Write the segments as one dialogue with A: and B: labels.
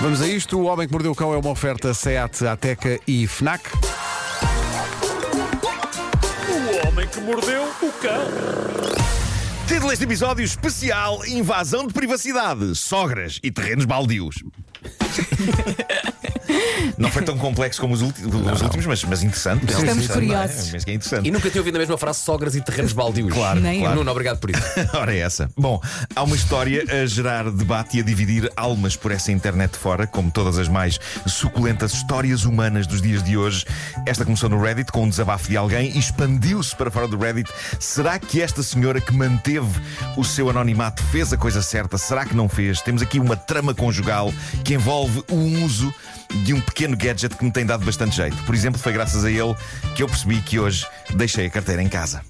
A: Vamos a isto. O Homem que Mordeu o Cão é uma oferta SEAT, Ateca e FNAC.
B: O homem que mordeu o cão.
C: Título deste episódio especial: Invasão de privacidade, sogras e terrenos baldios. Não foi tão complexo como os, ulti- os últimos, mas, mas interessante.
D: Estamos
C: Interessante, não é?
D: curiosos.
C: Mas que é interessante.
E: E nunca tinha ouvido a mesma frase sogras e terrenos baldios.
C: Claro,
D: Nem eu.
C: claro.
E: Nuno, obrigado por isso.
C: Ora, é essa. Bom, há uma história a gerar debate e a dividir almas por essa internet fora, como todas as mais suculentas histórias humanas dos dias de hoje. Esta começou no Reddit com um desabafo de alguém e expandiu-se para fora do Reddit. Será que esta senhora que manteve o seu anonimato fez a coisa certa? Será que não fez? Temos aqui uma trama conjugal que envolve o uso de um pequeno gadget que me tem dado bastante jeito. Por exemplo, foi graças a ele que eu percebi que hoje deixei a carteira em casa.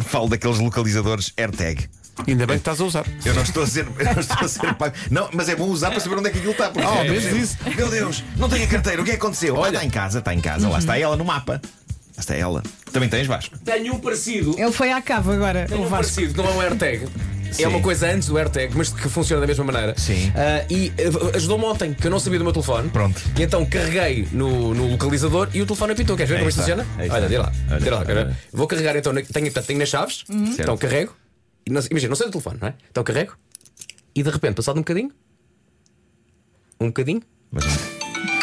C: Falo daqueles localizadores AirTag.
A: Ainda bem que estás a usar.
C: Eu não estou a ser, eu não estou a ser pago. Não, mas é bom usar para saber onde é que aquilo está. Porque,
A: Ah, ao menos isso.
C: Meu Deus, não tenho a carteira, o que é que aconteceu? Olha, está em casa, está em casa, lá
A: Uhum.
C: está ela no mapa. Lá está ela. Também tens, Vasco?
E: Tenho um parecido.
C: É
D: Ele foi à cava agora,
E: Tenho
D: o
E: um
D: Vasco.
E: parecido, não é um AirTag.
C: Sim.
E: É uma coisa antes do AirTag, mas que funciona da mesma maneira.
C: Sim.
E: Ah, e ah, ajudou-me ontem, que eu não sabia do meu telefone.
C: Pronto.
E: E então carreguei no, no localizador e o telefone apitou. Queres ver
C: Aí
E: como isto
C: está,
E: funciona?
C: aí está.
E: Olha, dê lá.
C: Olha,
E: dê lá.
C: olha.
E: Vou carregar então, na- tenho, portanto, tenho nas chaves, então
C: Certo.
E: carrego. E não- imagina, não sei do telefone, não é? Então carrego e de repente, passado um bocadinho, um bocadinho,
C: Mas-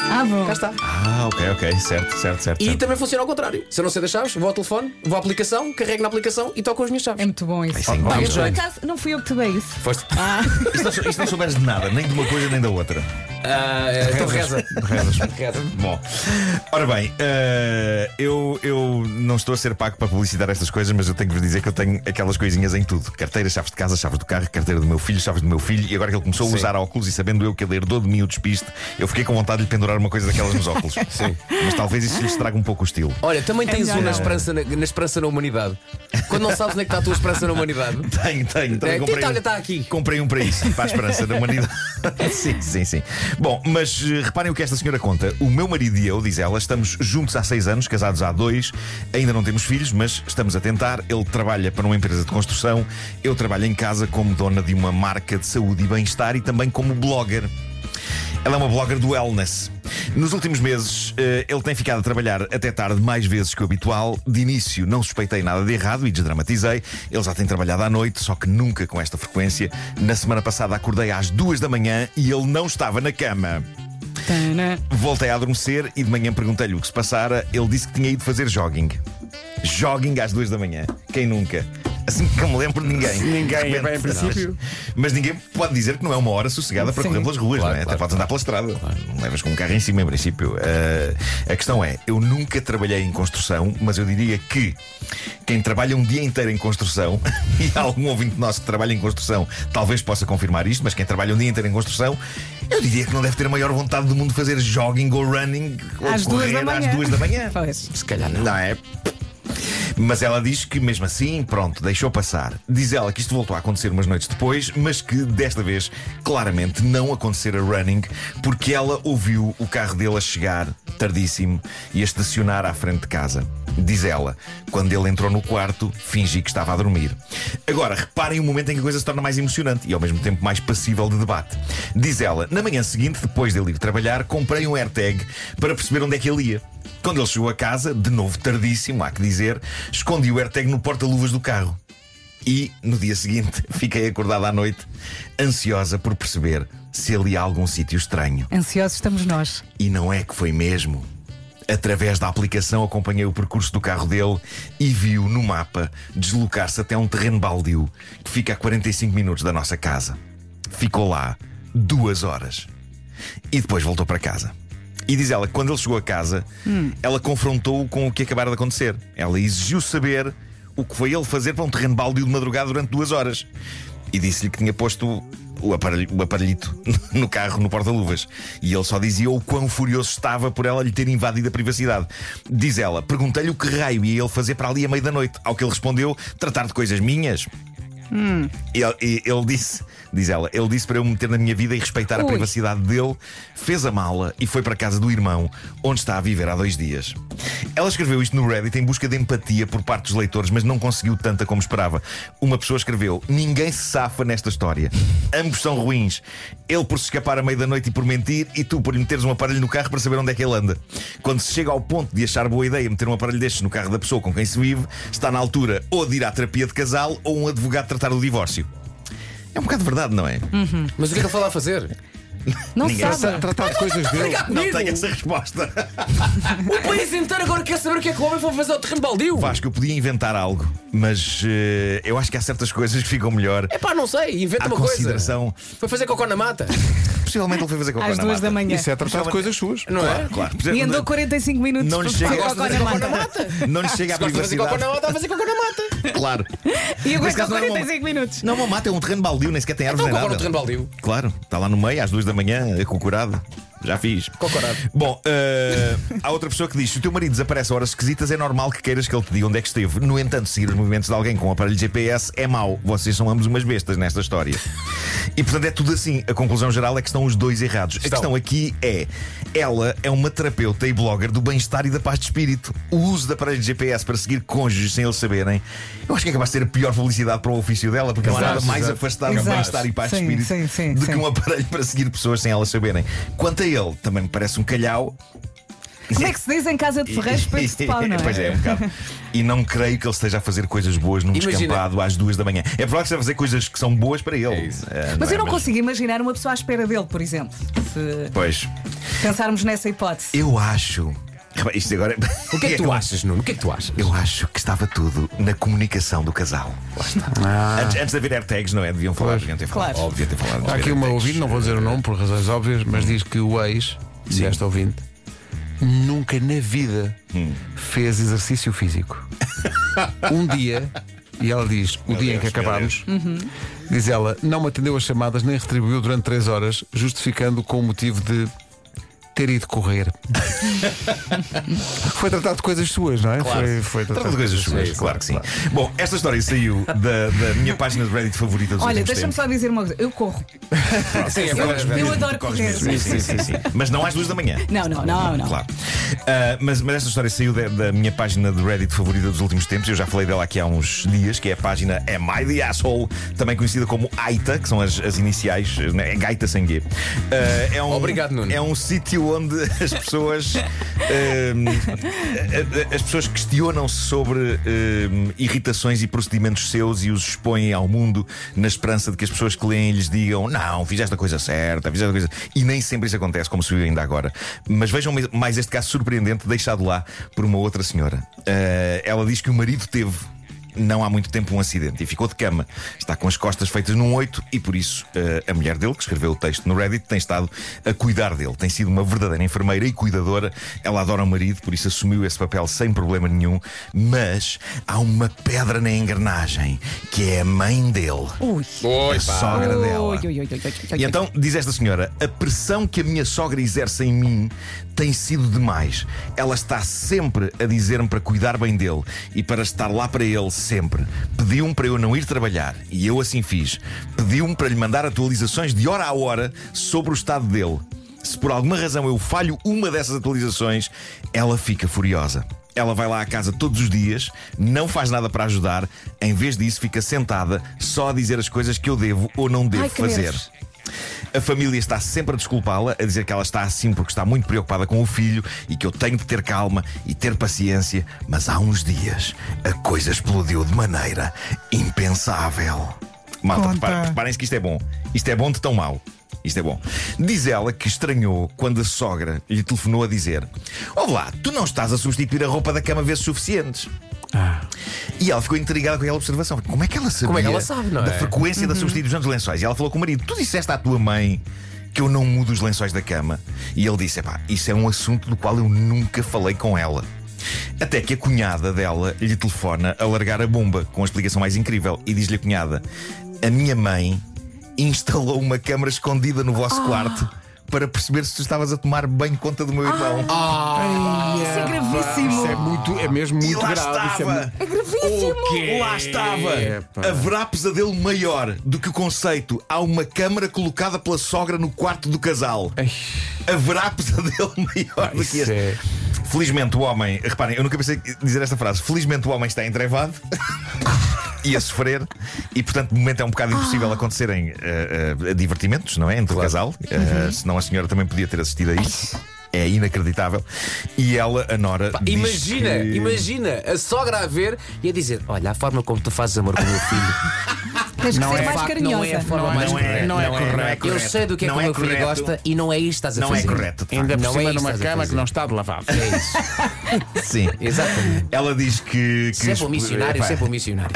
D: Ah, bom.
E: cá está.
C: ah, ok, ok, certo, certo, certo.
E: E
C: certo.
E: também funciona ao contrário. Se eu não sei das chaves, vou ao telefone, vou à aplicação, carrego na aplicação e toco as minhas
D: É
E: chaves.
D: muito bom isso.
C: Sim,
E: Pá,
A: Tá.
C: vamos.
E: muito
D: Por
E: jeito.
D: acaso, não fui eu que te dei isso.
E: Foste.
C: Isto não sou- isto não souberes de nada, nem de uma coisa nem da outra.
E: Ah, é, então reza. Reza.
C: Bom, ora bem, eh, eu, eu não estou a ser pago para publicitar estas coisas, mas eu tenho que vos dizer que eu tenho aquelas coisinhas em tudo: carteiras, chaves de casa, chaves do carro, carteira do meu filho, chaves do meu filho. E agora que ele começou a usar óculos e sabendo eu que ele herdou de mim o despiste, eu fiquei com vontade de lhe pendurar uma coisa daquelas nos óculos. Sim. Mas talvez isso lhe estrague um pouco o estilo.
E: Olha, também tens
D: É melhor
E: um na
D: não.
E: esperança, na, na esperança na humanidade. Quando não sabes onde é que está a tua esperança na humanidade.
C: Tenho, tenho. Também
E: É,
C: comprei
E: tenta,
C: um-
E: olha, está aqui.
C: Comprei um para isso, para a esperança da humanidade. sim, sim, sim. Bom, mas eh, reparem o que esta senhora conta. O meu marido e eu, diz ela, estamos juntos há seis anos, casados há dois, ainda não temos filhos, mas estamos a tentar. Ele trabalha para uma empresa de construção, eu trabalho em casa como dona de uma marca de saúde e bem-estar e também como blogger. Ela é uma blogger do wellness. Nos últimos meses, eh, ele tem ficado a trabalhar até tarde mais vezes que o habitual. De início, não suspeitei nada de errado e desdramatizei. Ele já tem trabalhado à noite, só que nunca com esta frequência. Na semana passada, acordei às duas da manhã e ele não estava na cama.
D: Tana.
C: Voltei a adormecer e de manhã perguntei-lhe o que se passara. Ele disse que tinha ido fazer jogging. Jogging às duas da manhã. Quem nunca? Assim que eu me lembro, ninguém.
A: Ninguém, é
C: De repente,
A: bem, em princípio.
C: Mas, mas ninguém pode dizer que não é uma hora sossegada para
D: Sim.
C: correr pelas ruas,
E: Claro,
C: não é? Até
E: claro,
C: podes andar pela estrada. Não levas com um carro em cima, em princípio. Ah, a questão é: eu nunca trabalhei em construção, mas eu diria que quem trabalha um dia inteiro em construção, e há algum ouvinte nosso que trabalha em construção talvez possa confirmar isto, mas quem trabalha um dia inteiro em construção, eu diria que não deve ter a maior vontade do mundo de fazer jogging ou running ou
D: Às duas
C: correr
D: da manhã.
C: às duas da manhã.
D: Pois.
E: Se calhar não.
C: Não é? Mas ela diz que mesmo assim, pronto, deixou passar. Diz ela que isto voltou a acontecer umas noites depois, mas que desta vez claramente não acontecer a running, porque ela ouviu o carro dele a chegar tardíssimo e a estacionar à frente de casa. Diz ela, quando ele entrou no quarto, fingi que estava a dormir. Agora, reparem o momento em que a coisa se torna mais emocionante e ao mesmo tempo mais passível de debate. Diz ela, na manhã seguinte, depois dele ir trabalhar, comprei um AirTag para perceber onde é que ele ia. Quando ele chegou a casa, de novo tardíssimo, há que dizer, escondi o AirTag no porta-luvas do carro. E, no dia seguinte, fiquei acordada à noite, ansiosa por perceber se ele ia a algum sítio estranho.
D: Ansiosos estamos nós.
C: E não é que foi mesmo. Através da aplicação acompanhei o percurso do carro dele e vi-o no mapa deslocar-se até um terreno baldio que fica a 45 minutos da nossa casa. Ficou lá duas horas e depois voltou para casa. E diz ela que quando ele chegou a casa, ela confrontou-o com o que acabara de acontecer. Ela exigiu saber o que foi ele fazer para um terreno baldio de madrugada durante duas horas. E disse-lhe que tinha posto o, aparelho- o aparelhito no carro, no porta-luvas. E ele só dizia o quão furioso estava por ela lhe ter invadido a privacidade. Diz ela: perguntei-lhe o que raio ia ele fazer para ali à meia da noite. Ao que ele respondeu: tratar de coisas minhas. Ele, e- ele disse, diz ela, ele disse para eu me meter na minha vida e respeitar a
D: Ui.
C: privacidade dele, fez a mala e foi para a casa do irmão, onde está a viver há dois dias. Ela escreveu isto no Reddit em busca de empatia por parte dos leitores, mas não conseguiu tanta como esperava. Uma pessoa escreveu: Ninguém se safa nesta história. Ambos são ruins. Ele por se escapar à meia da noite e por mentir, e tu por lhe meteres um aparelho no carro para saber onde é que ele anda. Quando se chega ao ponto de achar boa ideia meter um aparelho destes no carro da pessoa com quem se vive, está na altura ou de ir à terapia de casal ou um advogado tratar do divórcio. É um bocado verdade, não é?
E: Mas o que é que ele foi lá fazer?
D: Não
C: Ninguém
D: sabe.
A: Tratar de coisas dele.
C: Não tenho essa resposta.
E: O país inteiro agora quer saber o que é que o homem foi fazer ao terreno baldio.
C: Vasco, eu podia inventar algo, mas eh, eu acho que há certas coisas que ficam melhor.
E: É pá, não sei, inventa
C: À
E: uma coisa.
C: consideração.
E: Foi fazer cocó na mata,
C: Possivelmente ele foi fazer cocô
D: Às
C: na
D: duas
C: mata.
D: da manhã.
A: Isso é tratar de coisas suas.
E: não é?
C: Claro, claro.
D: E andou 45 minutos
C: Não lhe
D: para
C: chega-
D: fazer
C: Gosto de
D: cocó na
C: fazer
D: mata.
C: Não lhe chega à
E: Gosta de fazer cocó na
C: privacidade.
E: mata, vai fazer cocó na mata.
C: Claro.
D: E
C: Nesse
D: aguentou
C: caso não é uma-
D: 45 minutos.
C: Não, uma mata é um terreno baldio, nem sequer tem árvores
E: Então
C: nem
E: cocó no
C: nada.
E: terreno baldio.
C: Claro, está lá no meio, às duas da manhã, é acocorado. Já fiz.
E: Cocorado.
C: Bom, eh, há outra pessoa que diz: se o teu marido desaparece a horas esquisitas, é normal que queiras que ele te diga onde é que esteve. No entanto, seguir os movimentos de alguém com um aparelho GPS é mau. Vocês são ambos umas bestas nesta história. E portanto é tudo assim. A conclusão geral é que estão os dois errados. A
E: Estão.
C: questão aqui é: ela é uma terapeuta e blogger do bem-estar e da paz de espírito. O uso de aparelho GPS para seguir cônjuges sem eles saberem, eu acho que acaba de ser a pior publicidade para o ofício dela, porque ela é nada
E: Exato,
C: mais
E: exato.
C: afastada do
D: Exato.
C: bem-estar e paz
D: Sim,
C: de espírito
D: sim, sim,
C: do que
D: sim.
C: um aparelho para seguir pessoas sem elas saberem. Quanto a ele, também me parece um calhau.
D: Como é que se diz em casa de ferreiros peito de pau, não é?
C: Pois é, um bocado. E não creio que ele esteja a fazer coisas boas num
E: Imagina.
C: descampado às duas da manhã. É provável que esteja a fazer coisas que são boas para ele.
E: É isso.
C: Ah,
D: Mas
C: é?
D: eu não consigo imaginar uma pessoa à espera dele, por exemplo. Se
C: Pois,
D: pensarmos nessa hipótese.
C: eu acho. Repara, Isto agora.
E: O que é que tu achas, Nuno? O que é que tu achas?
C: Eu acho que estava tudo na comunicação do casal. Lá está. Antes, antes de haver airtags, não é? Deviam falar, deviam ter falado.
D: Claro.
C: Óbvio, deviam ter falado.
A: Há aqui uma ouvinte, não vou
C: eh,
A: dizer o nome por razões óbvias, mas diz que o ex, desta ouvinte, nunca na vida
C: Hum.
A: fez exercício físico. um dia, e ela diz, o dia em que
C: Deus, meu
A: acabámos, diz ela, não me atendeu as chamadas nem retribuiu durante três horas, justificando com o motivo de ter ido correr. foi tratado de coisas suas, não é? Foi, foi
C: Trata de coisas suas, claro que sim. Bom, esta história saiu da, da minha página de Reddit favorita dos
D: Olha,
C: últimos
D: deixa-me
C: tempos.
D: só dizer uma coisa. Eu corro.
E: Sim, é
D: Eu,
E: verdade, é
D: eu
E: verdade.
D: adoro
C: Corres
D: correr.
C: mesmo, sim, sim, sim, sim. Mas não às duas da manhã.
D: Não, não, não, não.
C: Claro. Ah, mas, mas esta história saiu da, da minha página de Reddit favorita dos últimos tempos. Eu já falei dela aqui há uns dias, que é a página Am I the Asshole, também conhecida como AITA, que são as, as iniciais, né? é Gaita sem G. Ah, é um,
E: Obrigado, Nuno.
C: É um sítio onde as pessoas. ahm, a- a- as pessoas questionam-se sobre ahm, irritações e procedimentos seus e os expõem ao mundo na esperança de que as pessoas que leem lhes digam: Não, fizeste a coisa certa, fizeste a coisa. E nem sempre isso acontece, como se viu ainda agora. Mas vejam mais- mais este caso surpreendente deixado lá por uma outra senhora. Ah, ela diz que o marido teve não há muito tempo um acidente e ficou de cama. Está com as costas feitas num oito e por isso eh, a mulher dele, que escreveu o texto no Reddit, tem estado a cuidar dele. Tem sido uma verdadeira enfermeira e cuidadora. Ela adora o marido, por isso assumiu esse papel sem problema nenhum. Mas há uma pedra na engrenagem que é a mãe dele,
D: Ui.
E: Oi,
C: a
E: pá.
C: sogra dela.
D: Ui, ui, ui, ui, ui, ui,
C: E
D: ui.
C: então, diz esta senhora, a pressão que a minha sogra exerce em mim tem sido demais. Ela está sempre a dizer-me para cuidar bem dele e para estar lá para ele sempre. Pediu-me para eu não ir trabalhar e eu assim fiz. Pediu-me para lhe mandar atualizações de hora a hora sobre o estado dele. Se por alguma razão eu falho uma dessas atualizações, ela fica furiosa. Ela vai lá à casa todos os dias, não faz nada para ajudar, em vez disso fica sentada só a dizer as coisas que eu devo ou não devo
D: Ai, que
C: fazer.
D: nervos.
C: A família está sempre a desculpá-la, a dizer que ela está assim porque está muito preocupada com o filho e que eu tenho de ter calma e ter paciência, mas há uns dias a coisa explodiu de maneira impensável. Malta,
D: Conta.
C: repara- reparem-se que isto é bom. Isto é bom de tão mau. Isto é bom. Diz ela que estranhou quando a sogra lhe telefonou a dizer: Ouve lá, tu não estás a substituir a roupa da cama vezes suficientes. E ela ficou intrigada com aquela observação. Como é que ela sabia
E: Como é que ela sabe, não
C: da
E: é?
C: frequência da substituição dos lençóis? E ela falou com o marido: Tu disseste à tua mãe que eu não mudo os lençóis da cama? E ele disse: Epá, isso é um assunto do qual eu nunca falei com ela. Até que a cunhada dela lhe telefona a largar a bomba, com a explicação mais incrível, e diz-lhe a
E: Ah.
C: cunhada: A minha mãe instalou uma câmara escondida no vosso quarto para perceber se tu estavas a tomar bem conta do
E: Ah.
C: meu irmão. Ah,
D: Isso é gravíssimo.
A: Isso é muito, é mesmo
C: e
A: muito
C: lá
A: grave. Isso é
C: estava!
D: É gravíssimo.
C: Lá estava!
A: Epá.
C: Haverá pesadelo maior do que o conceito há uma câmara colocada pela sogra no quarto do casal.
A: muito-
C: Haverá pesadelo maior do
A: Isso
C: que este.
A: é-
C: Felizmente o homem, reparem, eu nunca pensei dizer esta frase. Felizmente o homem está entrevado e a sofrer, e portanto, de momento é um bocado impossível acontecerem eh, eh, divertimentos, não é? Entre o casal, eh, senão a senhora também podia ter assistido a isso. É inacreditável. E ela, a Nora. diz
E: Imagina,
C: que-
E: imagina a sogra a ver e a dizer: Olha, a forma como tu fazes amor com o meu filho.
D: Tens que
A: Não
D: ser
A: é
D: mais
E: facto,
D: carinhosa.
E: não é a forma mais
C: Não
E: correta.
C: é, não é correto.
E: Eu sei do que é
C: Não
E: que o
C: é
E: meu filho
C: correto.
E: gosta e não é isto que estás a
C: Não é
E: fazer.
C: correto, de
A: Ainda por
E: Não é
A: cima
E: isto que
A: numa
E: estás a
A: cama
E: fazer.
A: que não está de lavar.
E: É isso,
C: Sim.
E: exatamente.
C: Ela diz que. que
E: Sempre um missionário,
C: Epá,
E: sempre um missionário.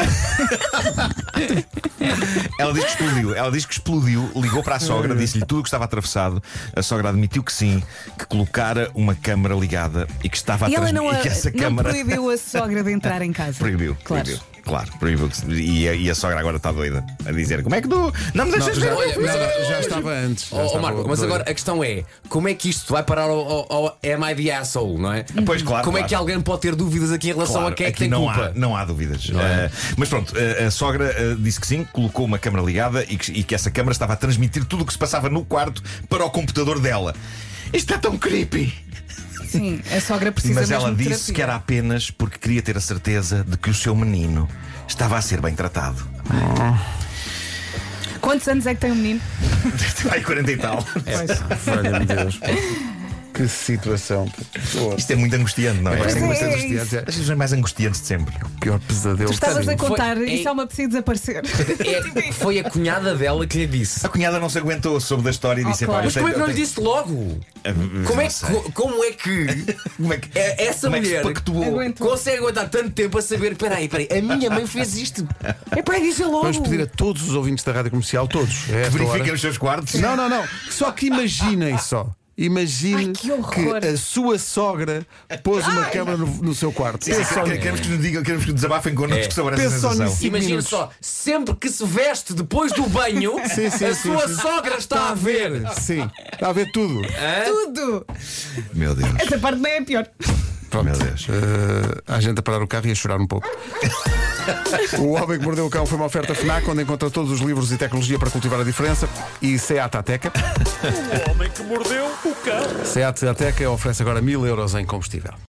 C: Ela diz que explodiu. Ela diz que explodiu, ligou para a sogra, disse-lhe tudo o que estava atravessado. A sogra admitiu que sim, que colocara uma câmara ligada e que estava a
D: E ela
C: transmitir.
D: não, a,
C: e que essa
D: não
C: câmara.
D: proibiu a sogra de entrar em casa.
C: Proibiu,
D: Claro.
C: proibiu. Claro, proibiu. que se- E a, e a sogra agora está doida a dizer: Como é que tu. Não me deixas ver?
A: Já,
C: o meu
E: olha,
C: filho?"
A: já- já estava antes. já
E: Ó, ó,
A: estava
E: Oh, Marco, mas
A: doido.
E: agora a questão é: como é que isto vai parar ao, ao, ao Am I the Asshole, não é?
C: Uhum. Pois, claro,
E: Como é
C: claro.
E: que alguém pode ter dúvidas aqui em relação
C: Claro,
E: a quem é que
C: aqui
E: tem
C: não
E: culpa? é?
C: Há, não há dúvidas. Eh, mas pronto, eh, a sogra eh, disse que sim, colocou uma câmara ligada e que, e que essa câmara estava a transmitir tudo o que se passava no quarto para o computador dela. Isto é tão creepy!
D: Sim, a sogra precisa
C: Mas
D: mesmo
C: ela
D: de
C: disse
D: terapia.
C: que era apenas porque queria ter a certeza de que o seu menino estava a ser bem tratado.
D: Quantos anos é que tem o menino?
C: Ai, 40 e tal.
A: Valha-me Deus. pá. Que situação. pá. Pô,
C: Isto é muito angustiante, não é?
A: isto é
D: Pois
A: muito
D: é, é
A: angustiante. É
C: As coisas mais angustiantes de sempre.
A: o pior pesadelo.
D: Tu
A: que
D: estavas
A: tenho.
D: a contar,
E: Foi-
D: isso é uma pessoa desaparecer.
E: É, foi a cunhada dela que lhe disse.
C: A cunhada não se aguentou, soube da história e disse: "Epá,
D: claro.
C: eu
E: Mas como é que
C: tenho-
E: não lhe disse logo?
C: eu tenho-
E: Como é
C: não
E: que,
C: sei.
E: co- como é que
C: Como é que.
E: é- essa
C: como é que se
E: mulher
C: pactuou?
D: Aguentou.
E: consegue aguentar tanto tempo a saber? Peraí, peraí, a minha mãe fez isto. É para dizer logo.
A: Vamos pedir a todos os ouvintes da rádio comercial, todos. a esta hora.
C: Verifiquem os seus quartos.
A: Não, não, não. Só que imaginem só. Imagine
D: Ai, que horror.
A: a sua sogra pôs uma câmara no, no seu quarto.
C: Sim, sim,
A: Pensa só nisso.
C: Queremos é que nos digam, queremos que nos desabafem connosco
E: É.
C: sobre essa
A: Pensa só
C: sensação.
A: nisso. cinco
E: Imagina
A: minutos.
E: só, sempre que se veste depois do banho,
A: Sim, sim,
E: a
A: sim,
E: sua
A: sim.
E: sogra está a ver.
A: Sim, está a ver tudo.
D: Tudo!
C: Meu Deus,
D: Essa parte nem é a pior.
A: Pronto.
C: meu Deus.
A: Eh, há gente a parar o carro e a chorar um pouco. o Homem que Mordeu o Cão foi uma oferta FNAC, onde encontra todos os livros e tecnologia para cultivar a diferença. E Seat Ateca.
B: O homem que mordeu o cão.
A: Seat Ateca oferece agora mil euros em combustível.